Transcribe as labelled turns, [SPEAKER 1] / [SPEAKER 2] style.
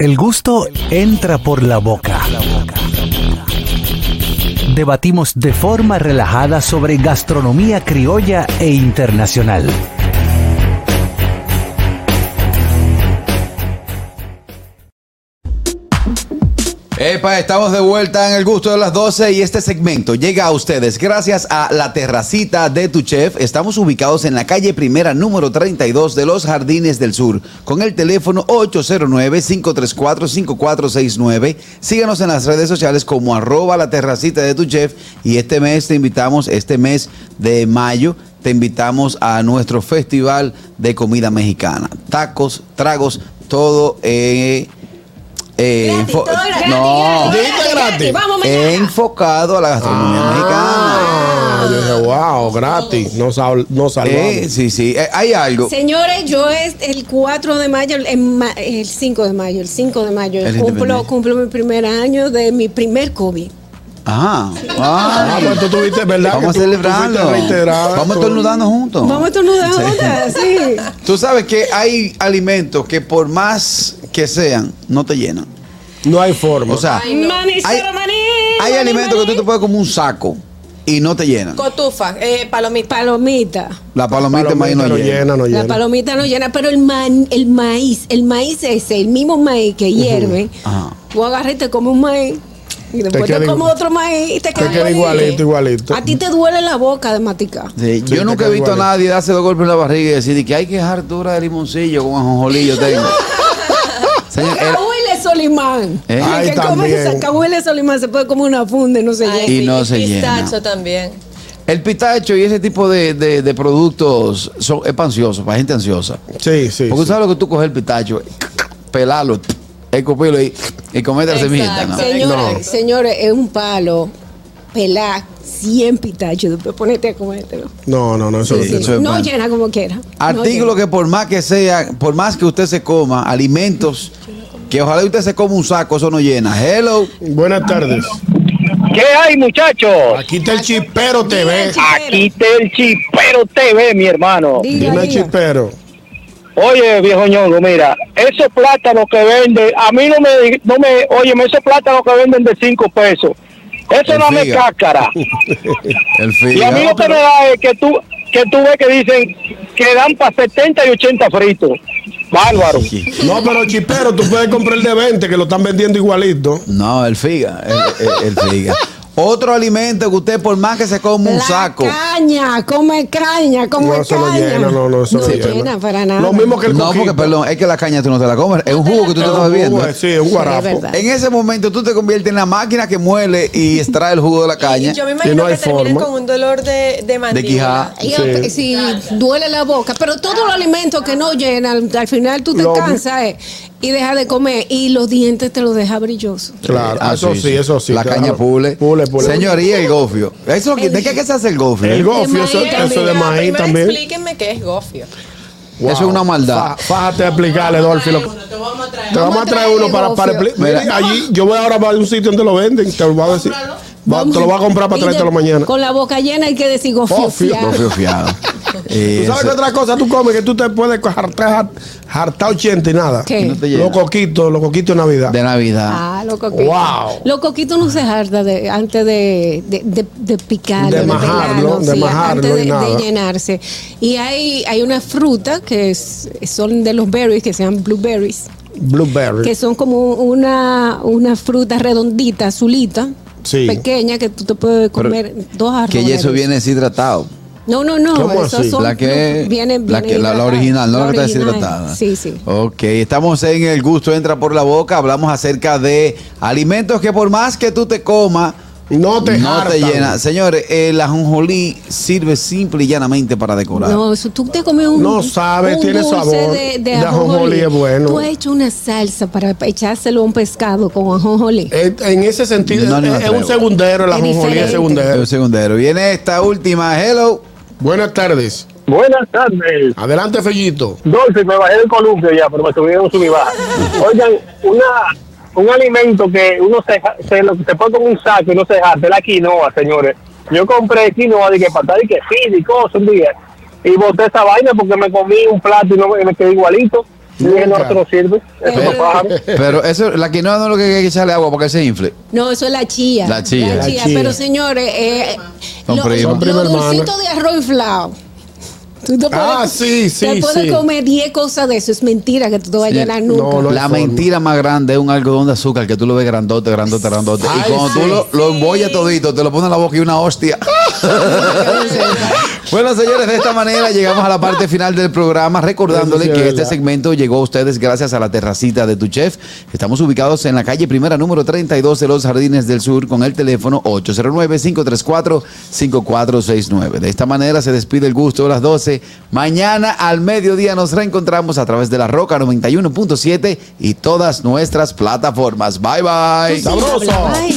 [SPEAKER 1] El gusto entra por la boca. Debatimos de forma relajada sobre gastronomía criolla e internacional.
[SPEAKER 2] Epa, estamos de vuelta en el gusto de las 12 y este segmento llega a ustedes gracias a la terracita de tu chef. Estamos ubicados en la calle primera número 32 de los Jardines del Sur con el teléfono 809-534-5469. Síganos en las redes sociales como arroba la terracita de tu chef y este mes te invitamos, este mes de mayo. Te invitamos a nuestro festival de comida mexicana. Tacos, tragos, todo eh, eh,
[SPEAKER 3] Gratis,
[SPEAKER 2] enfo-
[SPEAKER 3] todo gratis.
[SPEAKER 2] No,
[SPEAKER 3] Gratis, gratis,
[SPEAKER 4] Dijiste gratis.
[SPEAKER 3] Vamos mañana.
[SPEAKER 2] enfocado a la gastronomía
[SPEAKER 4] Ah, yo dije, wow, gratis. No, sal, no salvamos.
[SPEAKER 2] mexicana. Eh, sí, sí, eh, hay algo.
[SPEAKER 3] Señores, yo es el 4 de mayo, el, en ma- el 5 de mayo, el 5 de mayo,
[SPEAKER 2] El
[SPEAKER 3] cumplo,
[SPEAKER 2] Independencia.
[SPEAKER 3] cumplo mi primer año de mi primer COVID.
[SPEAKER 2] Ajá.
[SPEAKER 4] Ah,
[SPEAKER 2] Ay,
[SPEAKER 4] pues tú tuviste, ¿verdad?
[SPEAKER 2] vamos a
[SPEAKER 4] Que tú- tú fuiste
[SPEAKER 2] celebrarlo.
[SPEAKER 4] reiterado.
[SPEAKER 2] Vamos a tornudarnos juntos.
[SPEAKER 3] Vamos a tornudar
[SPEAKER 2] Oh, Sí.
[SPEAKER 3] juntas, sí.
[SPEAKER 2] Tú sabes que hay alimentos que por más que sean, no te llenan.
[SPEAKER 4] No hay forma.
[SPEAKER 2] O sea,
[SPEAKER 3] Manicero,
[SPEAKER 2] Hay-
[SPEAKER 3] maní,
[SPEAKER 2] hay
[SPEAKER 3] maní,
[SPEAKER 2] alimentos que tú
[SPEAKER 3] maní.
[SPEAKER 2] te puedes como un saco y no te llenan.
[SPEAKER 5] Cotufa, eh, palomita.
[SPEAKER 3] Palomita.
[SPEAKER 2] La palomita, maíz no
[SPEAKER 4] Palomita no
[SPEAKER 2] llena.
[SPEAKER 4] llena, no
[SPEAKER 3] La
[SPEAKER 4] llena.
[SPEAKER 3] palomita no llena, pero el, man- el maíz, el maíz ese, el mismo maíz que hierve,
[SPEAKER 2] Ajá.
[SPEAKER 3] tú agarras y te comes un maíz. Y después te,
[SPEAKER 4] queda igu-
[SPEAKER 3] comes otro maíz y te
[SPEAKER 4] Te
[SPEAKER 3] queda,
[SPEAKER 4] queda igualito, igualito.
[SPEAKER 3] A ti te duele la boca de matica.
[SPEAKER 2] Sí,
[SPEAKER 4] Sí,
[SPEAKER 2] yo
[SPEAKER 4] te
[SPEAKER 2] nunca he
[SPEAKER 4] queda
[SPEAKER 2] visto a
[SPEAKER 4] igualito.
[SPEAKER 2] nadie darse dos golpes en la barriga y decir que hay que hartura de limoncillo con ajonjolillo tengo. Señor, era-
[SPEAKER 3] Cahuile Solimán.
[SPEAKER 2] Eh.
[SPEAKER 3] El
[SPEAKER 4] Ay,
[SPEAKER 3] que come
[SPEAKER 4] también.
[SPEAKER 3] esa Cahuile Solimán se puede comer una funda y no se
[SPEAKER 5] Ay,
[SPEAKER 3] llena.
[SPEAKER 2] Y no se llena.
[SPEAKER 5] Pistacho también.
[SPEAKER 2] el pitacho y ese tipo de, de- de productos son, es para ansiosos, para gente ansiosa.
[SPEAKER 4] sí, sí.
[SPEAKER 2] Porque
[SPEAKER 4] sí.
[SPEAKER 2] sabes lo que tú coges el pitacho, pelarlo, escupirlo y, y comer la
[SPEAKER 5] Exacto.
[SPEAKER 2] semillita. ¿no?
[SPEAKER 5] Sí.
[SPEAKER 3] Señores,
[SPEAKER 5] No.
[SPEAKER 3] señores, es un palo. Pelar 100 pitachos, después ponete a comértelo.
[SPEAKER 4] No, no, no, eso Ah,
[SPEAKER 2] Sí,
[SPEAKER 4] no
[SPEAKER 2] sí.
[SPEAKER 4] tiene.
[SPEAKER 2] eso es
[SPEAKER 3] no
[SPEAKER 2] pan.
[SPEAKER 3] llena como quiera. no
[SPEAKER 2] Artículos que por más que sea, por más que usted se coma, alimentos, que ojalá usted se coma un saco, eso no llena. Hello.
[SPEAKER 4] Buenas tardes.
[SPEAKER 6] ¿Qué hay, muchachos?
[SPEAKER 4] Aquí está el chispero TV.
[SPEAKER 3] Diga,
[SPEAKER 6] Aquí está el Chipero TV, mi hermano.
[SPEAKER 3] Diga,
[SPEAKER 4] Dime el
[SPEAKER 3] diga.
[SPEAKER 4] chispero.
[SPEAKER 6] Oye, viejo ñongo, mira, esos plátanos que venden, a mí no me, no me, óyeme, esos plátanos que venden de 5 pesos, eso
[SPEAKER 2] El
[SPEAKER 6] no me
[SPEAKER 2] figa.
[SPEAKER 6] cáscara.
[SPEAKER 2] El
[SPEAKER 6] Y a mí lo que me da es que tú, que tú ves que dicen que dan para 70 y 80 fritos. Bárbaro.
[SPEAKER 4] No, pero el chispero, tú puedes comprar el de 20, que lo están vendiendo igualito.
[SPEAKER 2] No, el figa. El, el- el figa. Otro alimento que usted por más que se coma un
[SPEAKER 3] La
[SPEAKER 2] saco.
[SPEAKER 3] Caña, come caña, come
[SPEAKER 4] No,
[SPEAKER 3] caña.
[SPEAKER 4] eso no llena, no, no, eso no, llena.
[SPEAKER 3] para nada.
[SPEAKER 4] Lo mismo que el
[SPEAKER 2] No, porque
[SPEAKER 4] coquito.
[SPEAKER 2] perdón, es que la caña tú no te la comes, es un jugo que tú te
[SPEAKER 4] Es un
[SPEAKER 2] estás bebiendo.
[SPEAKER 4] jugo, eh, Sí, es un guarapo.
[SPEAKER 3] Sí, es verdad.
[SPEAKER 2] En ese momento tú te conviertes en la máquina que muele y extrae el jugo de la caña.
[SPEAKER 5] Y yo me imagino
[SPEAKER 4] no
[SPEAKER 5] que,
[SPEAKER 4] hay
[SPEAKER 5] terminen
[SPEAKER 4] forma.
[SPEAKER 5] con un dolor de, de mandíbula.
[SPEAKER 2] quijada.
[SPEAKER 3] Y aunque- eh, sí. duele la boca, pero todos los alimentos que no llenan, al final tú te
[SPEAKER 4] Lo-
[SPEAKER 3] cansas eh, y dejas de comer y los dientes te los deja brillosos.
[SPEAKER 4] Claro,
[SPEAKER 2] Ah,
[SPEAKER 4] eso sí, eso sí.
[SPEAKER 2] La
[SPEAKER 4] claro.
[SPEAKER 2] caña pule.
[SPEAKER 4] Pule, pule.
[SPEAKER 2] Señoría, el gofio. Eso es lo que, ¿De qué, qué se hace el gofio?
[SPEAKER 4] El gofio,
[SPEAKER 3] maíz
[SPEAKER 4] eso,
[SPEAKER 5] Mira,
[SPEAKER 4] eso de
[SPEAKER 5] mira,
[SPEAKER 4] maíz
[SPEAKER 5] primero
[SPEAKER 4] también.
[SPEAKER 5] Explíquenme qué es gofio.
[SPEAKER 2] Eso es una maldad.
[SPEAKER 4] Fá- Fájate a explicarle, Dolphy. lo-
[SPEAKER 5] Te vamos a traer.
[SPEAKER 4] Te vamos a traer uno para, para
[SPEAKER 3] Mira.
[SPEAKER 4] expli- Mira, allí yo voy ahora para un sitio donde lo venden. Te lo voy a decir. Va- te lo voy a comprar para
[SPEAKER 3] Y de-
[SPEAKER 4] traértelo mañana. Oh,
[SPEAKER 3] Con la boca llena hay que decir
[SPEAKER 4] Gofio.
[SPEAKER 3] gofio.
[SPEAKER 2] Gofio fiado.
[SPEAKER 4] ¿Tú
[SPEAKER 2] Eh,
[SPEAKER 4] sabes qué
[SPEAKER 2] eso-
[SPEAKER 4] otra cosa tú comes que tú te puedes jartar, jartar 80 y nada?
[SPEAKER 3] ¿Qué? No
[SPEAKER 2] te llena.
[SPEAKER 4] Los coquitos, los coquitos de Navidad.
[SPEAKER 2] de Navidad.
[SPEAKER 3] Ah, los coquitos.
[SPEAKER 4] Wow.
[SPEAKER 3] Los coquitos no se jarda de, antes de, de, de, de picarlo,
[SPEAKER 4] De majarlo,
[SPEAKER 3] pelarlo,
[SPEAKER 4] de majarlo
[SPEAKER 3] antes
[SPEAKER 4] y
[SPEAKER 3] de, de
[SPEAKER 4] nada.
[SPEAKER 3] llenarse. Y hay, hay una fruta que es- son de los berries, que se llaman blueberries,
[SPEAKER 4] Blueberry.
[SPEAKER 3] que son como una, una fruta redondita, azulita,
[SPEAKER 4] Sí.
[SPEAKER 3] pequeña, que tú te puedes
[SPEAKER 2] Pero-
[SPEAKER 3] comer dos
[SPEAKER 5] Ah,
[SPEAKER 3] arroz.
[SPEAKER 2] Que ya eso viene deshidratado.
[SPEAKER 3] No, no, no.
[SPEAKER 4] ¿Cómo
[SPEAKER 3] Esos
[SPEAKER 4] así?
[SPEAKER 3] son
[SPEAKER 2] la que,
[SPEAKER 3] blu- vienen,
[SPEAKER 2] la,
[SPEAKER 3] vienen
[SPEAKER 2] que- la- la
[SPEAKER 3] hidratadas.
[SPEAKER 2] original, no la, que está
[SPEAKER 3] original.
[SPEAKER 2] deshidratada.
[SPEAKER 3] Sí, sí.
[SPEAKER 2] Ok, estamos en El Gusto Entra por la Boca. Hablamos acerca de alimentos que por más que tú te comas,
[SPEAKER 4] No te
[SPEAKER 2] no te
[SPEAKER 4] jartan.
[SPEAKER 2] llena. Señores, el ajonjolí sirve simple y llanamente para decorar.
[SPEAKER 3] No, eso tú te comes un.
[SPEAKER 4] No sabe,
[SPEAKER 3] un
[SPEAKER 4] tiene
[SPEAKER 3] dulce
[SPEAKER 4] sabor.
[SPEAKER 3] De, de
[SPEAKER 4] De ajonjolí es bueno.
[SPEAKER 3] Tú has hecho una salsa para echárselo a un pescado con ajonjolí.
[SPEAKER 4] En, Eh, en ese sentido,
[SPEAKER 2] No, ni me
[SPEAKER 4] es, es un
[SPEAKER 2] atrevo.
[SPEAKER 4] segundero, la
[SPEAKER 3] Es
[SPEAKER 4] jonjolía es
[SPEAKER 3] diferente.
[SPEAKER 4] segundero.
[SPEAKER 2] El segundero. Viene esta última. Hello.
[SPEAKER 4] Buenas tardes.
[SPEAKER 6] Buenas tardes.
[SPEAKER 4] Adelante, Fellito.
[SPEAKER 6] Dolce, me bajé del columpio ya, pero me subí un sub y baja. Oigan, una, un alimento que uno se, ja- se, lo- se pone con un saco y no se deja, es la quinoa, señores. Yo compré quinoa de que para estar y que fit y cosas un día. Y boté esa vaina porque me comí un plato y no me, me quedé igualito. Y dije, no,
[SPEAKER 4] Nunca.
[SPEAKER 6] esto no sirve. Esto
[SPEAKER 3] Pero-
[SPEAKER 6] no pájaro.
[SPEAKER 2] Pero eso, la quinoa no es lo que hay que echarle agua porque se infle.
[SPEAKER 3] No, eso es la chía.
[SPEAKER 2] La chía.
[SPEAKER 3] La chía.
[SPEAKER 4] La chía.
[SPEAKER 3] Pero señores, eh,
[SPEAKER 2] Son
[SPEAKER 3] lo,
[SPEAKER 2] primas.
[SPEAKER 3] lo
[SPEAKER 2] Son
[SPEAKER 4] primas
[SPEAKER 3] dulcito de arroz inflado. Tú te puedes,
[SPEAKER 4] Ah, sí, sí,
[SPEAKER 3] te puedes
[SPEAKER 4] sí.
[SPEAKER 3] comer 10 cosas de eso. Es mentira que tú te vas a
[SPEAKER 2] Señor,
[SPEAKER 3] llenar
[SPEAKER 4] no,
[SPEAKER 3] nunca.
[SPEAKER 4] no. hay
[SPEAKER 2] la
[SPEAKER 4] forma.
[SPEAKER 2] mentira más grande es un algodón de azúcar que tú lo ves grandote, grandote, grandote.
[SPEAKER 4] Ay,
[SPEAKER 2] y cuando tú
[SPEAKER 4] sí.
[SPEAKER 2] lo, lo embollas todito, te lo pones en la boca y una hostia. bueno, señores, de esta manera llegamos a la parte final del programa, recordándole
[SPEAKER 4] Eso sí es
[SPEAKER 2] que este
[SPEAKER 4] verdad.
[SPEAKER 2] segmento llegó a ustedes gracias a la terracita de tu chef. Estamos ubicados en la calle primera, número 32 de los Jardines del Sur, con el teléfono 809-534-5469. De esta manera se despide el gusto de las 12. Mañana al mediodía nos reencontramos a través de la Roca 91.7 y todas nuestras plataformas. Bye bye.
[SPEAKER 4] Sabroso.
[SPEAKER 3] Ay.